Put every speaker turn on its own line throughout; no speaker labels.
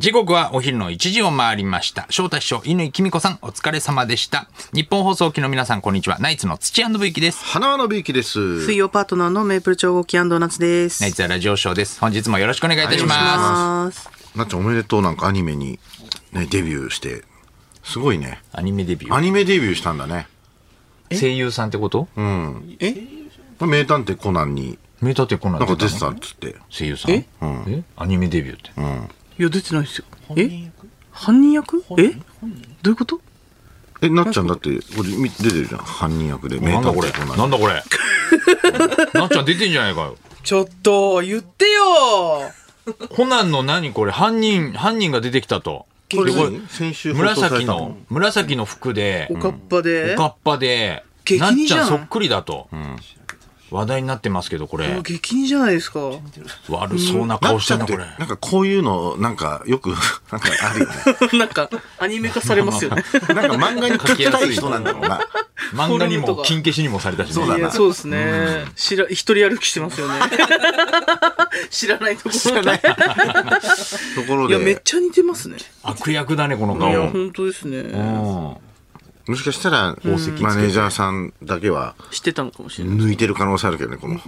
時刻はお昼の1時を回りました。翔太師匠、乾きみこさん、お疲れ様でした。日本放送機の皆さん、こんにちは。ナイツの土屋信之です。
花輪のびゆきです。
水曜パートナーのメープル超合金ドーナツです。
ナイツはラジオショーです。本日もよろしくお願いいたし
お願いし
ま
ます。
なっちゃんおめでとうなんかアニメに、ね、デビューして、すごいね。
す。アニメデビュ
ア
ー。
ニメデビューしたんだね。
声優さんってこと
名探偵コナンに、
目立てこない
なんか出てたっつって。
声優さんえアニメデビューって。
いや出てないですよ。え？犯人役？え？どういうこと？
え、なっちゃんだって、これ見出てるじゃん。犯人役で。
な
名
んだ
探
これ
偵コナ
な
ン。
んだこれ なっちゃん出てんじゃないかよ。
ちょっと言ってよ。
コナンの何これ犯人、犯人が出てきたと。
これ
でこれ
何先週放送され
紫
た
の、紫の服で、
おかっぱで。
おかっぱで、
激
なっ
似
ち
じゃん
ゃんそっくりだと。話題になってますけど、これ
あ。激似じゃないですか。
悪そうな
な
顔
っ
し
ち
て
ゃ
ん
ん
な、
っ
こ
て、
れ。
なんかこういうの、なんかよく、 なんかあるよね。
なんかアニメ化されますよね。
なんか漫画に描きたい人なんだろう な。
漫画に
フォルムと
も
か
金消しにもされたしね。
そうだない
やそうですね。知ら一人歩きしてます よね。知らないところ。
ところ
いやめっ
で、
ちゃ似てますね。
悪役だね、この
いや
顔。
本当ですね。
もしかしたら、マネージャーさんだけは
知ってたのかもしれな
抜いてる可能性あるけどね、この。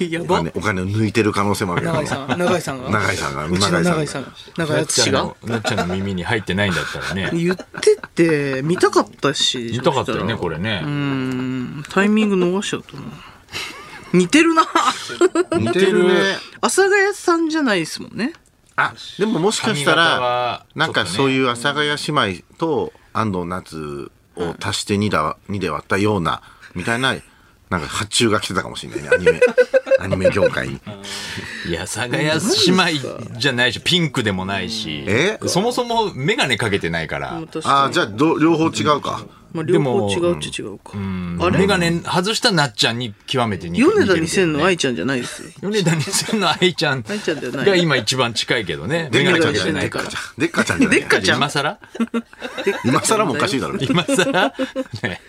い。や
お
ば
金。お金を抜いてる可能性もあるけど
長
ね
井さん、長井さんが。
長井さんが
うちの長井さんが。長
な
井
っちゃ
敦
ん
が
の。、なっちゃんの耳に入ってないんだったらね。
言ってって見たかったし
見たかったよね、
そし
これね。
らうんタイミング逃しちゃったな似てるな
似てるね。
阿佐ヶ谷さんじゃないですもんね
あ、でももしかした
髪型はちょっ
ら、
とね
なんかそういう阿佐ヶ谷姉妹と安藤夏を足して2だ、二で割ったような、みたいな、なんか発注が来てたかもしれないね、アニ メ。アニメ業界に。
いや、阿佐ヶ谷姉妹じゃないし、ピンクでもないし
え、
そもそも眼鏡かけてないから、
私
ああ、
ま
じゃあどう、両方違うか。
あ両
でも
方違うっちゃ違うかあ
眼
れ
鏡外したなっちゃんに極めて似てる。
米田2000の
愛。
愛ちゃんじゃないですよ
米田2000の愛ちゃん
愛ちゃんではない
が今一番近いけどね。
でっかちゃん
眼
じゃ
鏡
ない。
で
で
っ
っ
か
か
ち
ちゃん。でっかちゃんじゃない。
でっかちゃん
今更
今更もおかしいだろ。
今 更ね。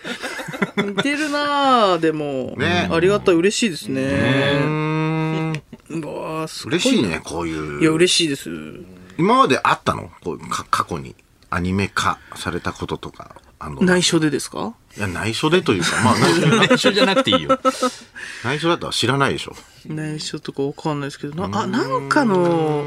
似てるなあでも
ね
ありがたい嬉しいです
う
ね
ーん。
うわあすごい
嬉しいね、こう
いや
いう。
嬉しいです
今まであったのこうか過去に。アニメ化されたこととか。あの
内緒でですか
いや、内緒でという か、まあ、内緒
一緒じゃなくていいよ。
内緒だったら知らないでしょ。
内緒とかわかんないですけどなあなんかの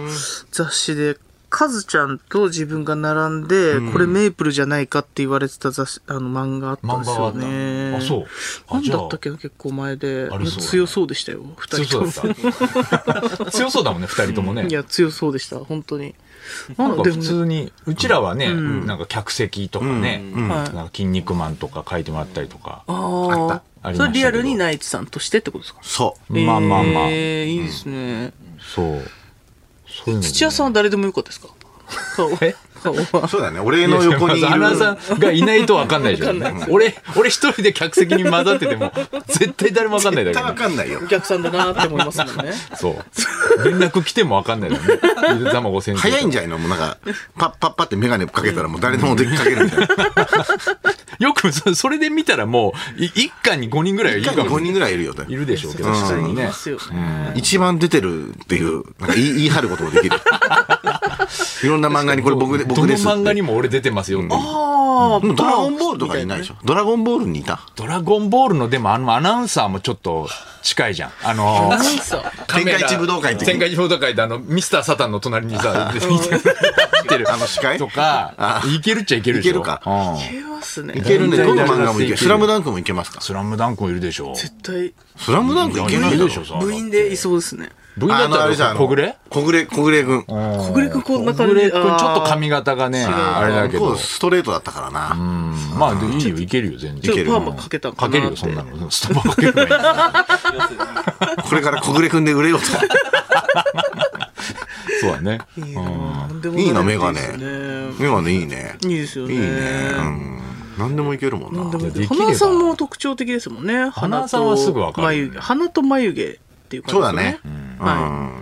雑誌でカズちゃんと自分が並んで、これメープルじゃないかって言われてた雑誌あの漫画あったん
漫
です
画は
よ
あった
ね
あ、そう。あ
なんだったっけな結構前で
ありそうだね
強そうでしたよ二
強
人と
そ
も
うだった。強そうだもんね、二人ともね。
いや強そうでした本当に
なん
な
か
んで
普
も
通に、うちらはね、なんか客席とかね、なんか筋肉マンとか書いてもらったりとか。
あった
あ
あ
あ
り
そ
ましたけど
れリアルにナイツさんとしてってことですか
そう。
まあまあまあ
えー、いいですね、
そう。そういうのね
土屋さんは誰でもよかったですか顔
え
顔は
そうだね。俺の横にいる。
花さんがいないと分かんないじゃん
わかんない。
俺、俺一人で客席に混ざってても、絶対誰も分かんないだけど
絶対 わ
ね。
かんないよ
お。客さんだなって思いますもんね
そう。連絡来ても分かんないだろうね。ゆで卵先生。
早いんじゃないのもうなんか、パッパッパってメガネかけたらもう誰でもでっかけるみ たいな。
よくそ、それで見たらもう、い一巻に5人ぐらいはいる
一回
か
に
も
5人ぐらいいるよね
いるでしょうけど、
確
普
か
通
に
に
いま
ね。
すよね、
一番出てるっていう、なんか言い言い張ることもでき る。いろんな漫画にこれ僕で、
ど
僕
の
ですって。
漫画にも俺出てますよっていう
あ
でもドラゴンボールとかにいないでしょ。ドラゴンボールにいた。
ドラゴンボールのでもあのアナウンサーもちょっと近いじゃん。あの ー、
そう
天下一武道会って
天下一武道会であの、ミスターサタンの隣にさ、 見てる。
あの司会
とか
あ、
いけるっちゃいけるでしょ
いけるか
うん
いけますね
いけるね。
全
ど
然
の漫画もいける。スラムダンクもいけますか
スラムダンクもいるでしょ。
絶対
スラムダンクいけな
い
い
る
で
で
し
し
ょ
ょ、。
部員でいそうですね
部員だったら小暮
小暮、小暮君。
小暮君こんな
小
感じ
暮君ち
あ
ょ
ー
っと髪型がね、あれだけ
結構
ど。
ストレートだったからな。
まあ、でいいよ、いけるよ、全
ちょっ
然。
とパーマかけたんか
か
な
けるよ、そんなの。ストッパーかけるのがいい
これから小暮君で売れようと。
そうだね。
いいななんでも
いいな、
ない
メ
で
ガ
す
ネ
ね。
メガネいいね。
いいですよね
いいね。うん。何でもいけるもん
なんで
い
な。
も
やできれば
花さんも特徴的ですもんね
花さんはすぐわかる
眉毛鼻と眉毛っていう感じ
そう
です
だ
よね
ね。う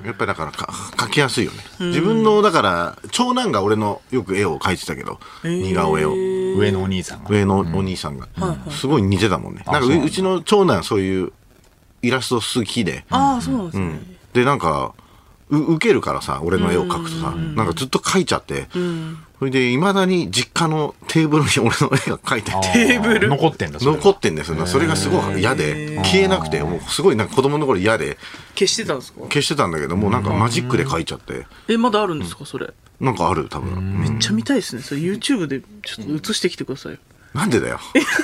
ん。やっぱりだからか、描きやすいよね。自分の、だから、長男が俺のよく絵を描いてたけど、似顔絵を。
上のお兄さんが。
上のお兄さんが。すごい似てたもんね。なん
そ
か
うなん
う、
だ
うちの長男そういうイラスト好きで。
ああそうなんですね
で、なんか、う受けるからさ俺の絵を描くとさなんかずっと描いちゃってそれでいまだに実家のテーブルに 俺の絵が描いてて
テーブル
残ってんだそれは
残ってんですよねそれがすごい嫌で消えなくてもうすごいなんか子供の頃嫌で
消してたんですか
消してたんだけどもうなんかマジックで描いちゃって
え、まだあるんですかそれ。
なんかある多分
めっちゃ見たいですね。それ YouTube でちょっと映してきてくださいよ。
なんでだよ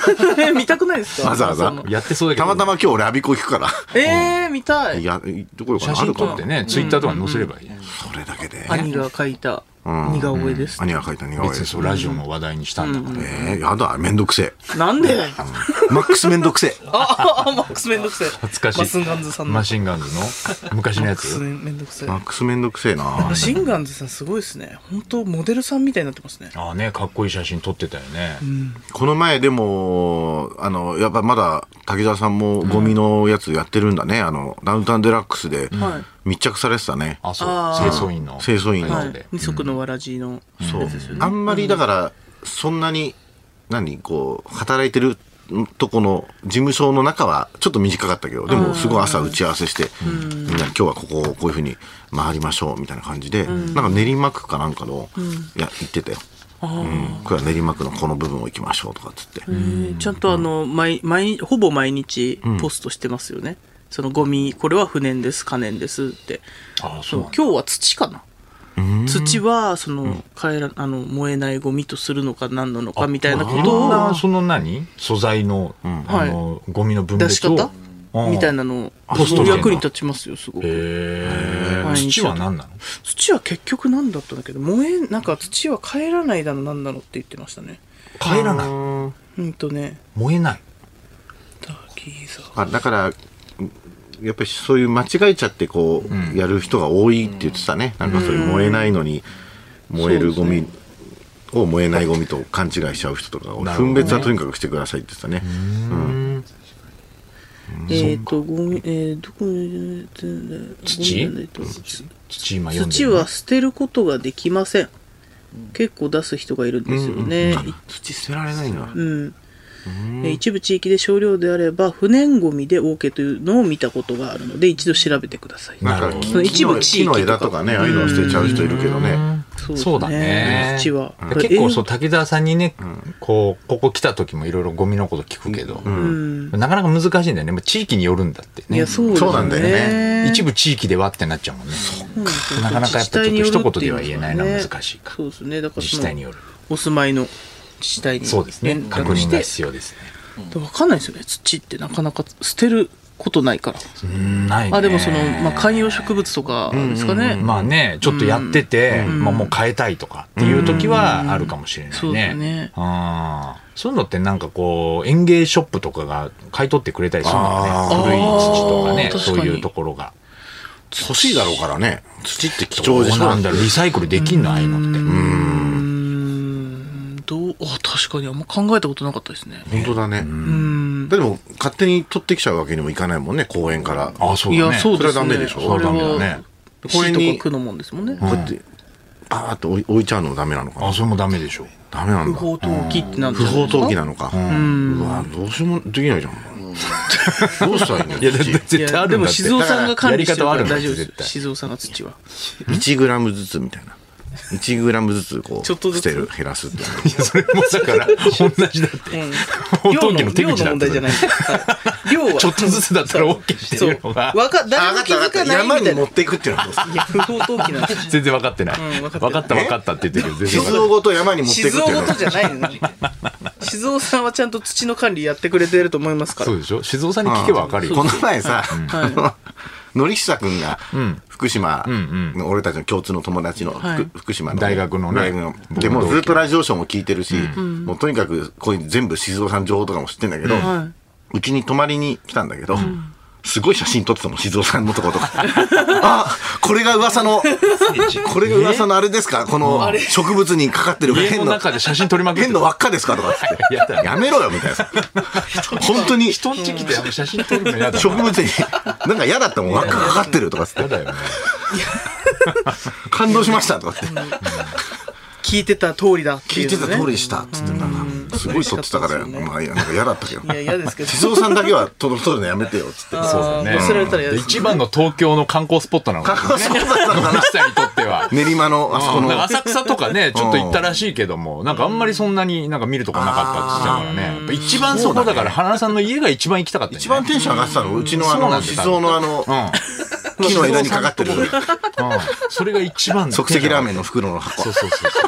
見たくないですか
わざわざ
その
やってそうだけ
た
ど
またま今日俺アビコ行くか
えー、見た
らい
い。
やどこよか
写
なあ
真
る
撮
か
って
な
ねツイッターとかに載せればいい
それだけで
兄が描いた似顔絵です。
兄が描いた似顔絵
別にそうラジオの話題にしたんだから
えー、やだめんどくせ
なんで
えマックスめんどくせえ
ああ、マックスめんどくせえ。
懐かしい
マスンガンズさんの。
マ
マ
シンガンズの昔のや
ックス
つ
めんどくせえ。
マックスめんどくせえな
マシンガンズさんすごいですね。本当モデルさんみたいになってますね。
ああねかっこいい写真撮ってたよね
この前でもあのやっぱまだ滝沢さんもゴミのやつやってるんだね、あのダウンタウンデラックスで
はい
密着されてたね、
あそう
あー
清掃員の
清掃員の、
は
そう
い
で。
二足のわらじの
そう、
やつですよね。
あんまりだからそんなに何こう働いてるとこの事務所の中はちょっと短かったけどでもすごい朝打ち合わせして、みんな今日はここをこういうふうに回りましょうみたいな感じで、なんか練馬区かなんかの、いや行ってたよ、うん、今日は練馬区のこの部分を行きましょうとかっつって、
えーちゃんとあの、毎、毎、ほぼ毎日ポストしてますよね。そのゴミ、これは不燃です、可燃ですって。
ああ
そ
そうう
今日は土かな。土は、その、帰ら、あの、燃えないゴミとするのか何なのかみたいなこ
い
と
ろんな
を、
その何素材のあのゴミの分
出し
別を
方
うん
みたいなの
ポストしてんだ
役に立ちますよ、すごく。
へえ
毎日
土は何なの
土は結局何だったんだけど燃えなんか土は帰らないだの何なのって言ってましたね
帰らない
うんとね
燃えない
ダーキーザー
あだからやっぱりそういう間違えちゃってこう、やる人が多いって言ってたね、なんかそういう燃えないのに燃えるゴミを燃えないゴミと勘違いしちゃう人とかを
なるほどね
分別はとにかくしてくださいって言ってたね
えっ、とゴミえー、どこにえー
土
ゴミなんだえっと土
土今読んで
土
るね
は捨てることができません結構出す人がいるんですよね、い
土捨てられないな、
うんえー一部地域で少量であれば不燃ゴミで OK というのを見たことがあるので一度調べてください
なん
なる
か
ほど
木
そ
の
の一部地域
木
とか
の枝とかねああいうのを捨てちゃう人いるけどね
そうですね
そうだね
土は
で結構そう
う
滝沢さんにねこうここ来た時もいろいろゴミのこと聞くけど
ん
なかなか難しいんだよねまあ地域によるんだって
い
ね
やそうです
そうなんだよね
一部地域ではってなっちゃうもんねなかなかやっぱちょっと一言では言えないな難しいか
そうですねだから
自治
その
体による
お住まいの自治体に
そうですね
連絡
確認が
して
必要ですね
分かんないですよね土ってなかなか捨てることないから
うんないね
あでもその、まあ、観葉植物とかですかね、
まあねちょっとやってて、まあ、もう変えたいとかっていう時はあるかもしれないね。
そうだね
あーそういうのってなんかこう園芸ショップとかが買い取ってくれたりするの
あ
ね
ー
古い土とかね
あー
そう
確か
いう
に
ところが。
欲しいだろうからね土って貴重でし
どう
ょ
なんだろうリサイクルできんのああいうのって。
うんどうあ確かにあんま考えたことなかったですね
本当だね、
うん
でも勝手に取ってきちゃうわけにもいかないもんね公園から
あーそう
い
だね。
やそうですね
それはダメでしょ
それはダメだね。
こ
こ
れ
れ
に
に
市とか区のもんですもんね、
こうやってバーッと置い置いちゃうのもダメなのか
あ
な
それもダメでしょ。
ダメなん
不
だ
法投棄ってなん
不法投棄
な
なのか。うわ、どうしようもできないじゃん。どうしたらいいんだよ。
いやだって
い
絶対あ
や
る
で
んだっ
も
て。
静雄さんが管理してるから
やり方はあ
大
る
丈
んだ
夫で
って
す
絶
静雄さんが土は
1グラムずつみたいな。1グラムずつこう、
ちょっとず
捨
つ
てる、減らすっていうの。
対。いやそれもだから同じだって。
うん
不法投棄の手口だ
量の量の
っ
問
て
題じゃない。はい量は。
ちょっとずつだったら OK って
そ
いう
う。
の
わ
が。
か、誰も気づかない
山
みた
に
いな。
持
い
っていくっていうのはどうする
や、不法投棄なんですよ。
全然分かってない。
うん分かってな
分
い
かった分かったって言ってるけど、全然分
静
かっ
雄ごと山に持っていくって
静
いう
岡
の
ご
は
とじゃないのに。静岡さんはちゃんと土の管理やってくれてると思いますか
た。
ら。
そうでしょ静雄さんに聞けば分かるよ
こ。の前さ、あの典久君が
ん
福島の俺たちの共通の友達の福,、
はい
島の
大学のね
大学のでもうずっとラジオショーも聞いてるし、もうとにかくこういう全部静岡さん情報とかも知ってんだけど、
は
うちに泊まりに来たんだけど、すごい写真撮ってたの静岡さんのとこ とかあこれが噂のこれが噂のあれですかこの植物にかかってる
家
変
の
の
中で写真撮りまくって
変の輪っかですかとかっつって
やだ
やめろよみたいな本当 に
人んち来てあの写真撮るの嫌だな。
植物になんか嫌だったもん輪っかかかってるとかっつって
嫌だよね。
感動しましたとかって
聞いてた通りだって
聞
い
いう
のね。
てた通りでしたっつってなんかすごい取ってたから、まあ、いやなんか嫌だったけど。
いや、嫌です けど。
静雄さんだけは取る取るのやめてよ、つって。
あー
そう
だね
乗せられたら嫌
で
です。
一番の東京の観光スポットなのかもね。西さんにとっては。
練馬の あそこ
うん
の。
なんか浅草とかね、ちょっと行ったらしいけども、なんかあんまりそんなになんか見るとこなかったって言ってたからね。やっぱ一番そこだから、花さんの家が一番行きたかったよね。
一番テンション上がってたの、うちのあ
そうな
の、
んです
静雄のあの、木の枝にかかってる、
うん。うん。それが一番
即席ラーメン
の。
の袋の箱
そう。そうそうそう。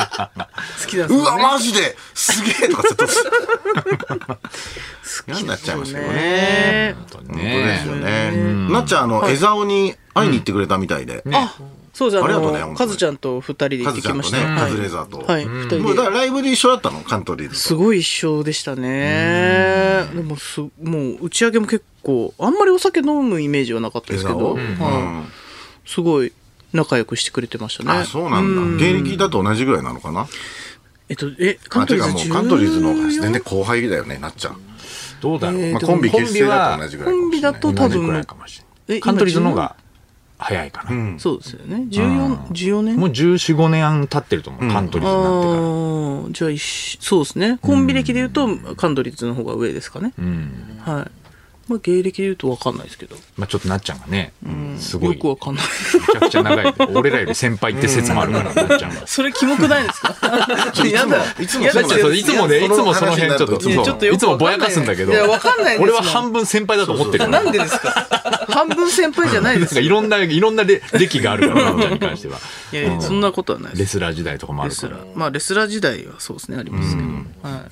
好きだ
うわ、マジですげえとかちょっと。 嫌になっちゃいましたけどね。
ね。
本当
本
に
当で
ね
すよね。なっちゃん、あの、江沢に会いに行ってくれたみたいで。
あ、そうじゃん。
あ
あ
りがとうね本当
の
に
カズちゃんと二人で行
カ
って
ズち
き
ゃん
ま
と
し
ね
た。、
カ
はい
ズレーザーと。
はい、二人
もう
で
だ。からライブで一緒だったのカントリーズと
すごい一生でしたね。でもす、もう打ち上げも結構、あんまりお酒飲むイメージはなかったですけど、
江沢
はいすごい仲良くしてくれてましたね。
あそうなんだ芸歴だと同じぐらいなのかな
えっと、え、カ
あ
ント
て
リ
か
ー
もう
ズ
カントリーズの方が全
14?
然後輩だよねなっちゃん
どうだろう。
えー
まあ
でも
コンビ結成だと同じぐらいかもしれない
コンビだと
同じくら
多分
いか、もしれ
え
ない。
今
カントリーズの方が早いかな。
そうですよね。14、14年
もう14、5年経ってると思う。カントリーズになってから。
ああ、じゃあ一緒、そうですね。コンビ歴で言うと、カンドリッツの方が上ですかね。はい。まあ、芸歴で言うと分かんないですけど。
まあちょっとなっちゃんがね、すご
よ
い。
く分かんない。
めちゃくちゃ長い。俺らより先輩って説もあるから、なっちゃんは。
それ、キモくないですか
ちょいつも
やだ
いつも
やだ
そうなん
そういつもね、い
その
つもその辺ちょっと、
話に
そう
なると
ちょっとよ
いつ
く
も
わ
ぼ
か
や
んない
かすんだけど、
いやわかんないですもん
俺は半分先輩だと思ってるから。
なんでですか半分先輩じゃないで
なん
す
か
よ。
いろんな、いろんなれ歴があるから、なっちゃんに関しては。
いやいや、そんなことはないで
レ
す。
スラー時代とかもあ
レ
る
ス
か
ラ
ら。
ー。まあ、レスラー時代はそうですね、ありますけど。はい。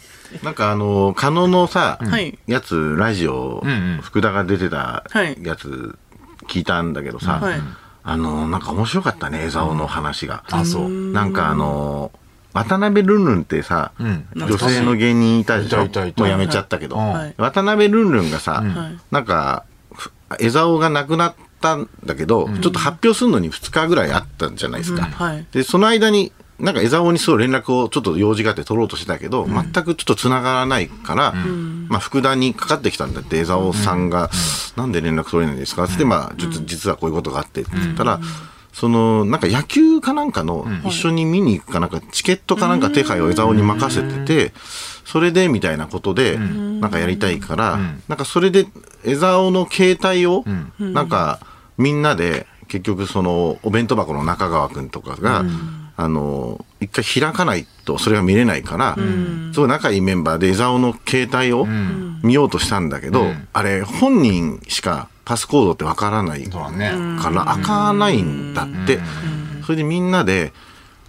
なんかあの狩野のさ
はい
やつラジオ
んうん
福田が出てた
はい
やつ聞いたんだけどさ
はい
あのなんか面白かったね江沢の話が
あ、そう。
なんかあの渡辺ルンルンってさ
ん
女性の芸人いたでしょ
いたいたいた
もうやめちゃったけど
はい
はい
渡辺ルンルンがさ
はい
なんかふ江沢が亡くなったんだけどちょっと発表するのに2日ぐらいあったんじゃないですか
はい。
でその間になんか江沢にすごい連絡をちょっと用事があって取ろうとしてたけど、全くちょっと繋がらないから、まあ、福田にかかってきたんだって江沢さんが、なんで連絡取れないんですか?」っつって、まあちょっと実はこういうことがあって」って言ったら。そのなんか野球かなんかの一緒に見に行くかなんかチケットかなんか手配を江沢に任せててそれでみたいなことでなんかやりたいからなんかそれで江沢の携帯をなんかみんなで結局そのお弁当箱の中川くんとかが、あの一回開かないとそれが見れないから、すごい仲いいメンバーで江沢の携帯を見ようとしたんだけど、あれ本人しかパスコードってわからない
そう
か
だね。
ら開かないんだって、それでみんなで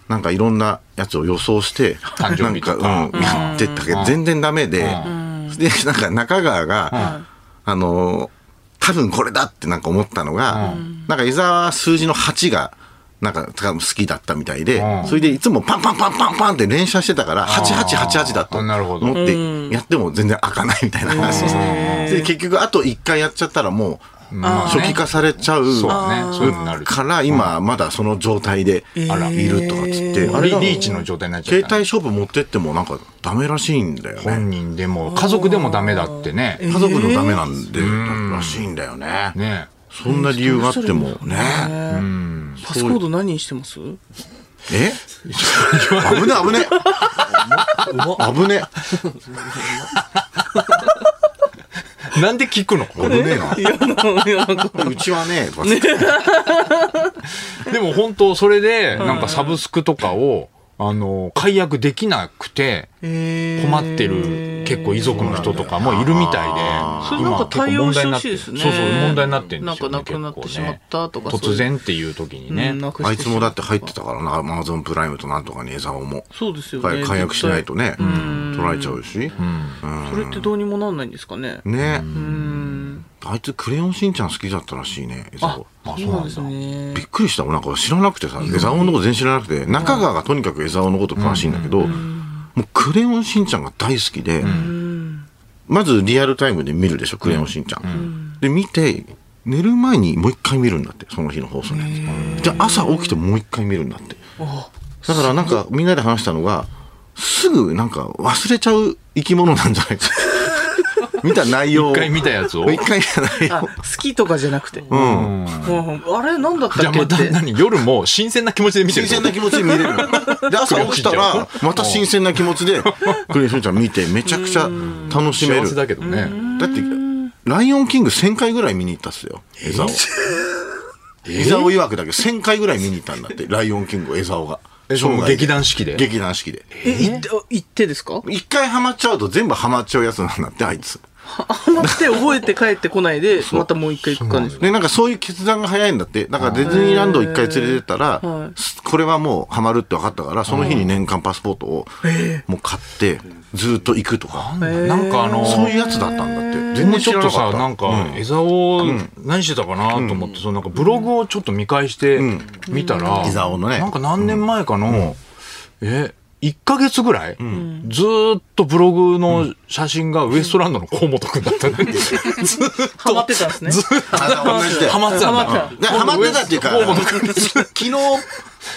なんかいろんなやつを予想して
誕生日とか
なんか、うん、やってったけど全然ダメで、でなんか中川が、あのー多分これだってなんか思ったのが、なんか伊沢は数字の8がなんか多分好きだったみたいで、
うん
それでいつもパンパンパンパンパンって連射してたから8888だと
あなるほど
思ってやっても全然開かないみたいな話をしてで結局あと1回やっちゃったらもう
まあね
初期化されちゃう
そうだね。そういうのになる。
から今まだその状態でい
あら
るとかっつって、あ
リ
れが
リーチの状態になっちゃっ
携
た。
帯ショップ持ってってもなんかダメらしいんだよね
本人でも、家族でもダメだってね。
家族でもダメなんでらしいんだよね
ね
そんな理由があってもね
パスコード何にしてます
え危ね危ね危ね
なんで聞くの
危ねえない
や、なんか、
うちはね
でも本当それでなんかサブスクとかをあの解約できなくて
えー
困ってる結構遺族の人とかもいるみたいで
それなんか対応してほしいですね。
今結構問題になってるそうそう問題になってるん
な
で
ん
すよ
か
ね
なくなってしまっ
結構ね
たとか。
突然っていう時に
ね
ね、
あいつもだって入ってたからなアマゾンプライムとなんとかに江沢も
そうですよね。
解約しないとね取られちゃうし
絶対。それってどうにもなんないんですかね。
ね
うん。
あいつクレヨンしんちゃん好きだったらしいね江沢
あそうな
そうなん
ん
で
だ
すね
び。っくりした俺なんか知らなくてさ江沢のこと全然知らなくて中川がとにかく江沢のこと詳しいんだけど、もう「クレヨンしんちゃん」が大好きで、まずリアルタイムで見るでしょ「クレヨンしんちゃん」で見て寝る前にもう一回見るんだってその日の放送のやつじゃあ朝起きてもう一回見るんだってだからなんか みんなで話したのがすぐなんか忘れちゃう生き物なんじゃないか見た内容を。
一回見たやつを。
一回見た内
あ
容
好きとかじゃなくて、
う。
うんん
うんあれなんだっ
じゃ
た
あ
っけっ
ま
て
た何夜も新鮮な気持ちで見てる
新
ってこ
鮮
と
な気持ちで見 れるの。で、朝起きたら、また新鮮な気持ちで、クリスマスちゃん見て、めちゃくちゃ楽しめ
幸
る。
せ
だ
だけどね。
って、ライオンキング1000回ぐらい見に行ったっすよ。江沢。江沢曰くだけど、1000回ぐらい見に行ったんだって、ライオンキングを江沢が。
えその
生涯で
劇団四季で
劇団四季で。
え行って行ってですか
一回ハマっちゃうと全部ハマっちゃうやつなんだって、あいつ。
ハマって覚えて帰ってこないでまたもう一回行く感じです
で、なんかそういう決断が早いんだって。だからディズニーランドを一回連れてったら
は、
すこれはもうハマるって分かったから、その日に年間パスポートをもう買って、ずーっと行くとか。
なんかあの、
そういうやつだったんだって。全
も
然
うち
知
ょ
ら
っ
な
と
か
さ
った。
なんか江沢を何してたかなと思って、そのなんかブログをちょっと見返して見たら、
江沢のね
なんか何年前かの、え1ヶ月ぐらい、ずーっとブログの写真がウエストランドの河本くんだ ったね。ずーっと
ハマってたんですね
ずーっと
同じだよ
ハマってたんだ。
ハマって
でハマってたっていうか、
河本
昨日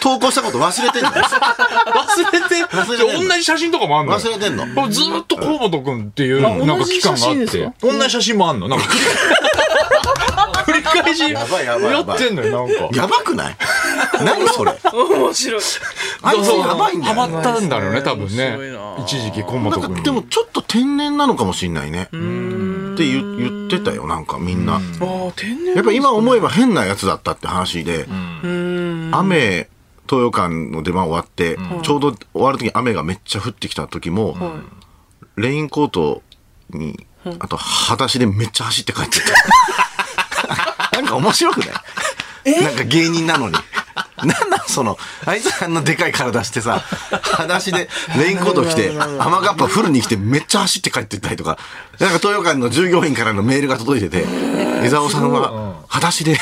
投稿したこと忘れ てんの
忘れて、
忘れてんの
同じ写真とかもあんのよ
忘れてんの。
ずーっと河本くんっていう、
あ
なんか期間があ
同じ写真
っ
です
て
か。
同じ写真もあんの。なんか繰り返 し、繰り
や
返
ばいやばい
しや
やばい
ってんのよ、なんか。
やばく ない何それ
面白い
あいつやばいんだ
ハマ
よね。
ったんだろうね、多分
面白い
ね。
な
一時期、河
な
本
ん
くん
か
に。
でもちょっと天然なのかもしんないね。って言言ってたよ、なんかみんな。
あー天然
やっぱ今思えば変なやつだったって話で、雨、東洋館の出番終わって、ちょうど終わる時に雨がめっちゃ降ってきた時も、レインコートに、あと裸足でめっちゃ走って帰って た。なんか面白くないなんか芸人なのに。なんなんその、あいつあんなでかい体してさ、裸足でレインコート着て、雨がっぱフルに着てめっちゃ走って帰ってったりとか、なんか東洋館の従業員からのメールが届いてて、江沢さんは裸足で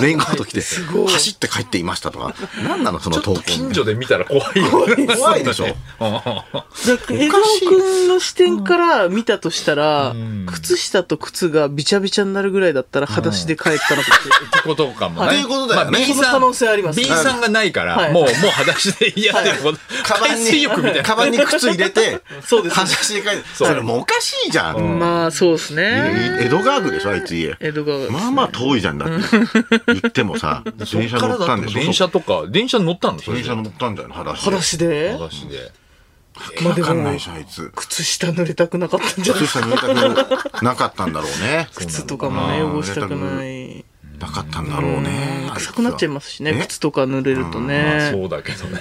レインコート着 て、走って帰っていましたとか、なんなのその投稿。
近所で見たら怖いよね。
怖いでしょ。
だから江川君の視点から見たとしたら、靴下と靴がびちゃびちゃになるぐらいだったら裸足で帰ったのかもしれない
ってことかもね。
っていうことだよね
まあ B
その
さ
可
ん
能性あります
B さんがないから、
はい
もう、もう裸足で嫌ってること。
カバ
海
ン
水浴みたい
に、
な。
カバンに靴入 れて、
そうです
裸足で帰って、
そう
それもうおかしいじゃん。
まあそうですね
江戸川区でしょ、あいつ家。
江戸川区
まあまあ遠いじゃんだって。言ってもさ、
そっ
電車
から
乗った
だっ
ん
て
でしょ
電車とか、電車乗ったんだ、それ
電
で
車乗ったんじゃないの話。
裸足で
裸足で。
わかんないでしょ、あいつ。
靴下濡れたくなかったんじゃない
靴下濡れたくなかったんだろうね。
靴とかもね
そうなのかな
汚したくない
なかったんだろうね。
臭くなっちゃいますしね
え
靴とか濡れると
まあ
ね
そうだけど ね。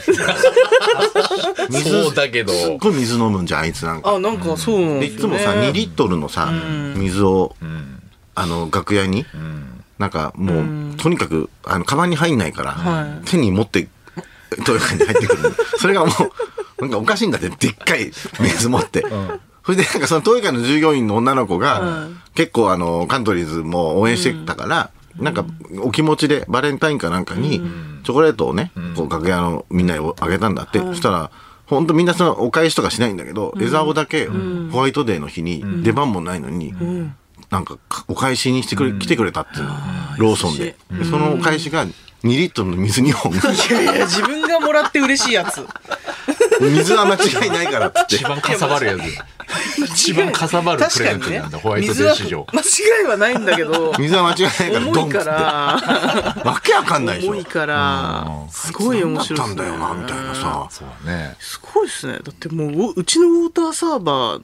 水
そうだけど。
すっごい水飲むんじゃん、あいつなんか。
あなんかそうなん
で
で
い
す
つ
よね
もさ、2リットルのさ、水を、あの、楽屋に、なんかもう、とにかく、あの、カバンに入んないから
は、
手に持って、トイレに入ってくるの。それがもう、なんかおかしいんだって、でっかい水持って。それでなんかそのトイレの従業員の女の子が、結構あの、カントリーズも応援してたから、なんかお気持ちでバレンタインかなんかに、チョコレートをね、こう楽屋のみんなにあげたんだって。そしたら、ほんとみんなそのお返しとかしないんだけど、江沢だけホワイトデーの日に出番もないのに、なんかお返しにしてくれ、来てくれたっていうの、ローソンで。でそのお返しが2リットルの水2本。
いやいや自分がもらって嬉しいやつ
水は間違いないからっつって
一。番かさばるやつ。一番かさばるプレゼントなんだ、
確かにね
ホワイトデー史上。
水は間違いはないんだ けど
水は間違いないからドン
重
っつっ
いか
て。
ら
わけわかんないでしょ
重。いからすごい面白い
な
っ
ったん
す
だ
ね
よな、みたいなさ。
そうだね。
すごいですね。だってもう、ううちのウォーターサーバー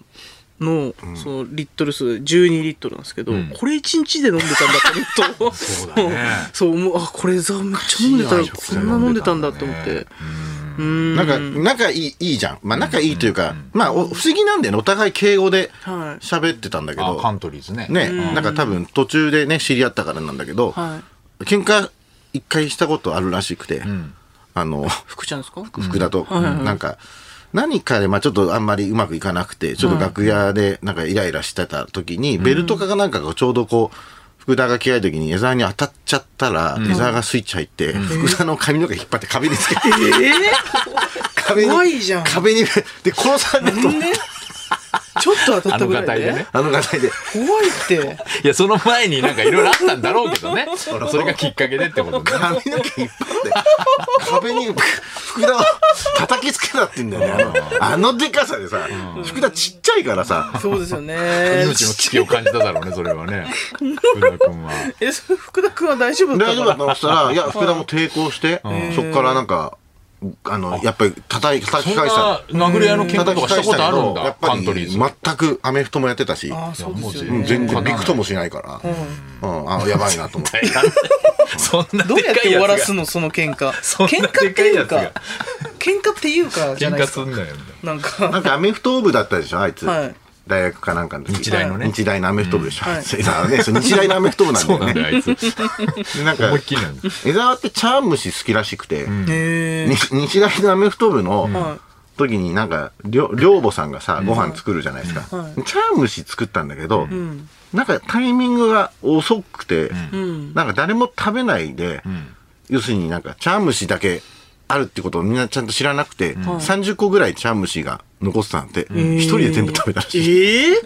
の、その、リットル数、12リットルなんですけど、これ1日で飲んでたんだと思うと、そう
だね
そう思う、あ、これザめっちゃ飲んでたよ。
おかしい
こ
なよ
んな飲んでたんだって思っ
飲んで
て。うーん。
なんか、仲いい、いいじゃん。まあ、仲いいというか、まあ、お不思議なんだよね。お互い敬語で
はい
喋ってたんだけ
あ、カン
ど、
トリーズね。
ね、なんか多分途中でね、知り合ったからなんだけど、
は
喧嘩一回したことあるらしくて、あの、
福ちゃんですか
福田と、なんか、何かで、まあちょっとあんまりうまくいかなくて、ちょっと楽屋でなんかイライラしてた時に、ベルトかがなんかがちょうどこう、福田が着替える時に江沢に当たっちゃったら、江沢がスイッチ入って、福田の髪の毛引っ張って壁につけて、
ええ
壁に、
怖いじゃん
壁に、で、殺されると思って。
ちょっと当
あ
たった
の
ぐらい
形
で
でね。
あの方で。
怖いって
いや、その前になんかいろいろあったんだろうけどね。 それがきっかけでってことね。
髪の毛引っ張って壁に福田を叩きつけたって言うんだよねあのあのでかさでさ、福田ちっちゃいからさ
そうですよね
命の危機を感じただろうね、それはね。福田君は。
えそれ福田君は大丈夫だ
大
った
丈
の
夫だと思ってたらいや福田も抵抗して、そっからなんかあのやっぱり叩い叩
そ
き
ん
返した
な殴り合いの喧嘩とかしたことあるん
や
だ
っ、ぱ
カントリー
り
ズ。
全くアメフトもやってたし、
ああそうですよ
いやも
うん
ね
う
全然びくともしないから、うんあやばいなと思って
そんな
どうやって終わらす
の
のその喧嘩
そんな
喧嘩っていう
で
か
か
喧嘩っていうかじ
喧
ゃない
嘩
で
す
すか
んだよ。
な んか
なんかアメフト部だったでしょあいつ、
はい
大学かなんかの時
日大のね
日大のアメフト部でしょ、
うん
あいつだからねそう日大のアメフト部なんだ
そう
よ
なん
ね
だよ、 あいつ。
でなんか
思いっきりなんだよ。
江沢って茶碗蒸し好きらしくて、
へ
に日大のアメフト部
は
の
い
時になんか寮寮母さんがさご飯作るじゃないですか、
は
茶碗蒸し作ったんだけど、
ん
なんかタイミングが遅くて、
えうん
なんか誰も食べないで、
ん
要するになんか茶碗蒸しだけあるってことをみんなちゃんと知らなくて、30個ぐらい茶碗蒸しが残ってたんで、一人で全部食べたらしい。
ええ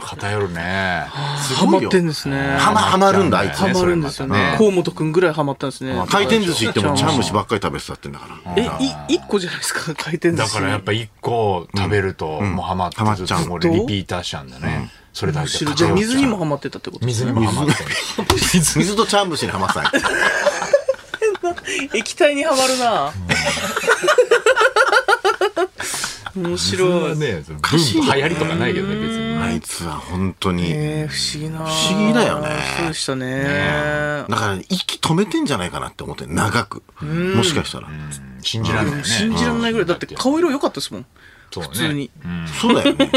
偏るね。
ハマってんですね
はま、はまるんだ、あいつ。
ハマるんですよ
それまた
ね
ね
河本くんぐらいハマったんですね
回転寿司行っても
ち
茶
ゃん
碗蒸しばっかり食べてたってんだから。
えい一個じゃないですか回転寿司
だからやっぱ一個食べると、もうハマって
ハマっ
ずっ
ちゃう
ともうリピーターしちゃうんだね。それ大
むし
事
ろ
だ
じゃあ水にもハマってたってこと
水にもハマってる。水
水と茶碗蒸しにはまさない。
液体にはまるな面白、
はいね、そのブーム流行りとかないけどね、別に。
あいつは本当に。
えー、不思議な
不思議だよね
そうでしたね
だから息止めてんじゃないかなって思ってる長く。もしかしたら。
信じられないね。
信じられないぐらいだって顔色良かったですもん化
そうね
普通に
うん
そうだよね。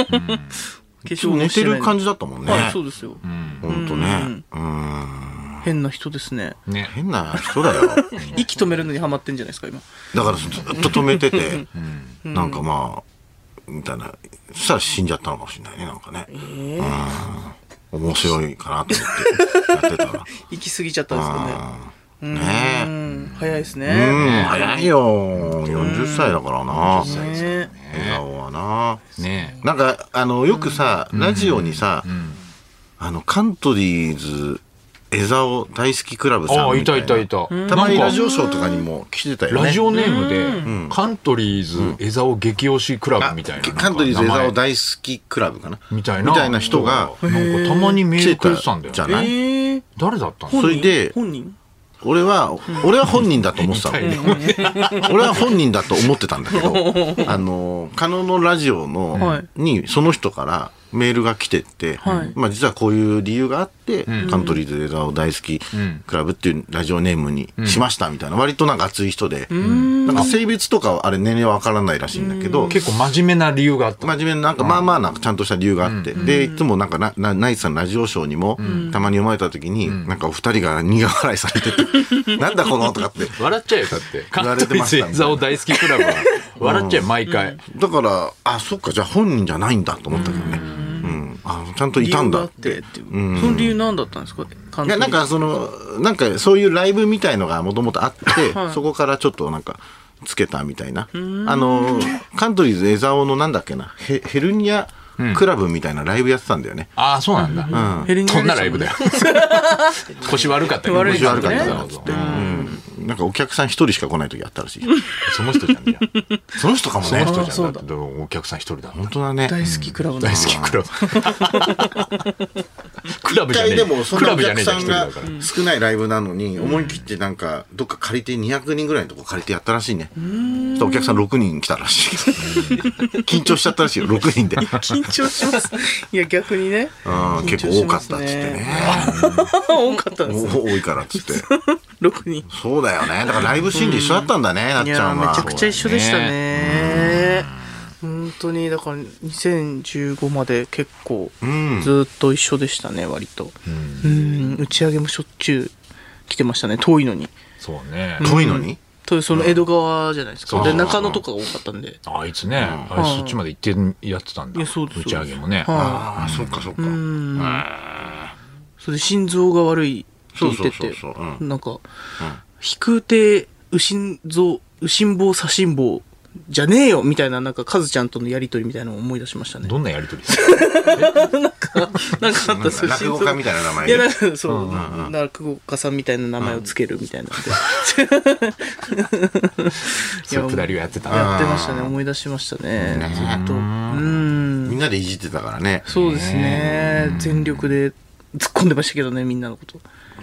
粧
寝てる感
じ
じだったもんね。
はいそうですよ、
本当ね。うん。
変な人ですね
ね。
変な人だよ。
息止めるのにハマってんじゃないですか今
だからずっと止めてて、なんかまあ、みたいな。そしたら死んじゃったのかもしれないね、なんかね。うん面白いかなと思ってやってたら。
行き過ぎちゃったんですか
うん
ね
ね
う
え。
ん早いです
う
ね
ん、早いよ。40歳だからな。
ね
笑顔はな。
ね
なんか、あの、よくさ、ラジオにさ、あの、カントリーズ、江沢大好きクラブさ
あ
ん
あ、い
み
た
たい
い
な。
たいた。
たまに
な
ラ
ん
ジ
か
オショーとかにも来てたよね。
ラジオネームで、カントリーズ江沢激推しクラ
あ
ブみたいな。
カントリーズ江
なん
沢
か名前
大好きクラブかな。
みたいな。
みたいな人が、
なんかたまにメールくれてたんだよ
来てたじゃ
ね。
ない
えー
誰だったの
そ
本
れ
人
で
本人
俺は、俺は本人だと思ってたの。 俺は本人だと思ってたんだけど、あの、カノのラジオ
は
の、に、その人からメールが来てって、
はい
まあ実はこういう理由があって、カントリーズ江沢大好きクラブっていうラジオネームにしましたみたいな、割となんか熱い人で、なんか性別とかはあれ年齢はわからないらしいんだけど、
結構真面目な理由があった。
真面目な、なんか、まあまあ、なんか、ちゃんとした理由があって。で、いつも、なんかな、な、ナイツさんのラジオショーにも、たまに読まれた時に、なんか、お二人が苦笑いされてて、 なんだこの、とかって。
笑っちゃえよ、だ って。
言
カ
わ
ン
れ
ト
て
リ
ま
ー
した
ズ
ね
江沢大好きクラブは。笑っちゃえ、毎回。
だから、あ、そっか、じゃあ本人じゃないんだと思ったけどね。うん。あ、ちゃんといたんだっ
理由
て
があ。ってっていうその理由何だったんですか
いや、なんか、その、なんか、そういうライブみたいのがもともとあって、そこからちょっと、なんか、つけたみたいな。あの、カントリーズ江沢のなんだっけな、ヘヘルニアクラブみたいなライブやってたんだよね。
ああ、そうなんだ。
ヘリング
どんなライブだよ。 腰悪かった
悪い
腰悪かっ
ね
たからうんなんかお客さん一人しか来ない時あったらしい。
その人じゃんじゃん。
その人かも
その
ね。
人
あ
じゃ
そ
ん
う
だ
だ
って。お客さん一人だもん。
本当だね。
大好きクラブの
大好きクラブ。クラブ
一
じゃね
回
え。
でもそん
ク
な
ラ
お
ブじゃ
客
ねえじゃ
さ
ん、一
ん
人だ
が
から。
少ないライブなのに、思い切ってなんか、どっか借りて200人ぐらいのとこ借りてやったらしいね。そしたらお客さん6人来たらしい。緊張しちゃったら しいよ、6人で。うん
緊張 します。いや、逆にね。
結構多かったっつってね。
多かったんです。
お多いからっつって。
6人。
そうだよね。だからライブシーンで一緒だったんだね、なっ
い
ちゃ
や
ん
め
は
ちゃ。くちゃ一緒でしたね。本当に、だから2015まで結構
ん
ずっと一緒でしたね、割と。うん、打ち上げもしょっちゅう来てましたね、遠いのに。
そうね。
遠いのに
とその江戸川じゃないです
そ
か。
う
で、中野とかが多かったんで。
あいつね、あいつそっちまで行ってやってたんだ。
いやそうです
打ち上げもね。
は
ああ、そっかそっか。
い。うん。それで心臓が悪いって言って
そう
て
そうそうそうう、
なんか、飛空艇、右心臓、右心房左心房じゃねえよみたいな、なんか、カズちゃんとのやりとりみたいなのを思い出しましたね。
どんなやりとりです
なんかあった
なんか落語家みたいな名前
い
で
や、なんか、そう、落語家さんみたいな名前をつけるみたいな。
そういうくだりをやってた
や
な
ってましたね。思い出しましたね。ずっと。うん。
みんなでいじってたからね。
そうですね。全力で突っ込んでましたけどね、みんなのこと。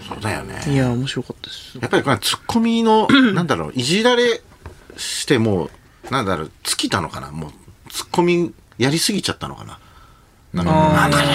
そうだよね。
いや、面白かったです。
やっぱりこのツッコミ の、なんだろう、いじられしてもう、なんだろう、尽きたのかなもう、ツッコミやりすぎちゃったのかななんか、なんだよ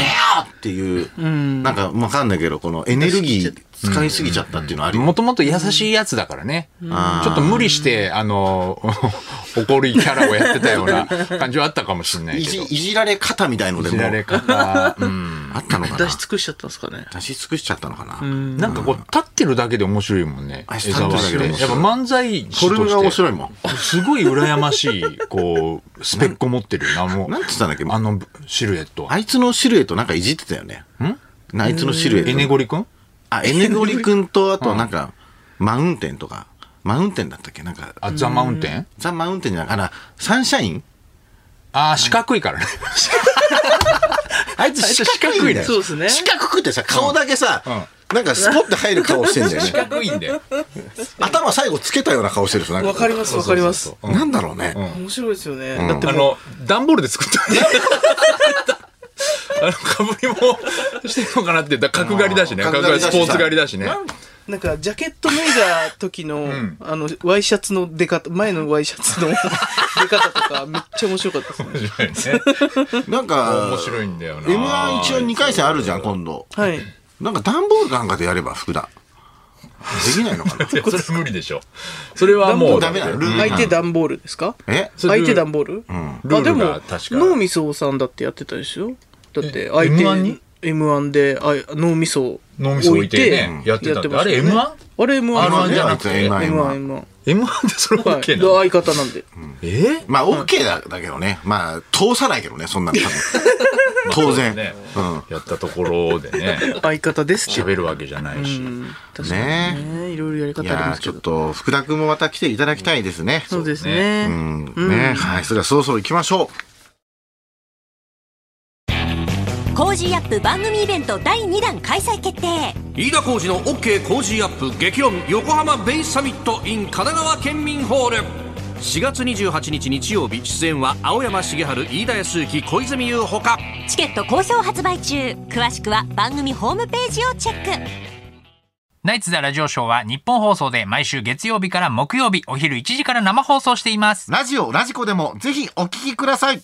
っていう、なんかわかんないけど、このエネルギー使いすぎちゃったっていうのはあり、
もともと優しいやつだからね。ち
ん
ょっと無理して、あの、 怒るキャラをやってたような感じはあったかもしれない
い
け
じ
ど。
いじられ方みたいので
知
も、
られ方。うん
あったのかな
出し尽くしちゃったんですかね。
出し尽くしちゃったのかな、
なんかこう、立ってるだけで面白いもんね。
あ
江沢
立って
っ
るだけ
て。
で
や
面
っぱ
白い
漫才師
フォル
と
ムが面
して
白いもん。
すごい羨ましい、こ う、スペックを持ってるよな、もう。
なんて言ったんだっけ
あの、シルエットは。
あいつのシルエットなんかいじってたよね。んあいつのシルエット。
エネゴリ君
あ、エネゴリ君と、あとなんか、マウンテンとか、マウンテンだったっけなんか、
あ、ザ・マウンテン
ザ・マウンテンじゃなくて、あら、サンシャイン
あー、四角いからね。あいつ四角いんだ
そう
よ。
ですね。
四角くてさ、顔だけさ、なんかスポッて入る顔してんだよ
四
ね。
角いんだよ。
頭最後つけたような顔してるでしょなん
わかり
ま
ます、わかります。
なんだろうね。
面白いですよね。だって
あ
もう、
の、段ボールで作った。あの、かぶりもしてるのかなって、だ角刈りだしね。
うん
角刈り、スポーツ刈りだしね。
なんか、ジャケット脱いだ時の、あの、ワイシャツの出方、前のワイシャツの出方とか、めっちゃ面白かったですね。
面白いね
なんか、
面白いんだよな。
M1 一応2回戦あるじゃん、今度。
はい。
なんか段ボールかなんかでやれば、福田。できないのかな
いやそれ無理でしょ。 それはもう、
ダメなのルール
相手段ボールですか
え
それ
相手段ボール
ル
あ、
ー
で
ル
も
が、確か
脳みそさんだってやってたですよ。だって、相手、
M1 に
M1 で、あい脳みそを
脳みそ置いてねやってたって
ましたよ
あれ M1？
あれ M1
R1
です
じゃな
あい
くて
つ M1 M1
M1、
M1 ってそれ
M1。は
OK な
い。
の
で相方なんで。
え
まあ、OK だだけどね。まあ、通さないけどね、そんなの多分 当然。
ね
うん。
やったところでね、
相方ですって。
喋るわけじゃないし。
うん確かにね。いろいろやり方
い
あり
や
ま
ー
す
ち
け
ょっ
ど。
と福田君もまた来ていただきたいですね。
そうです
う
ね。
んね、はい、それではそろそろ行きましょ
コージーアップ番組イベント第2弾開催決定
飯田浩司の OK 工事アップ激論横浜ベイサミット in 神奈川県民ホール4月28日日曜日出演は青山茂春飯田康之小泉優ほか
チケット好評発売中詳しくは番組ホームページをチェック
ナイツザラジオショーは日本放送で毎週月曜日から木曜日お昼1時から生放送しています。
う。ラジオ、ラジコでもぜひお聞きください。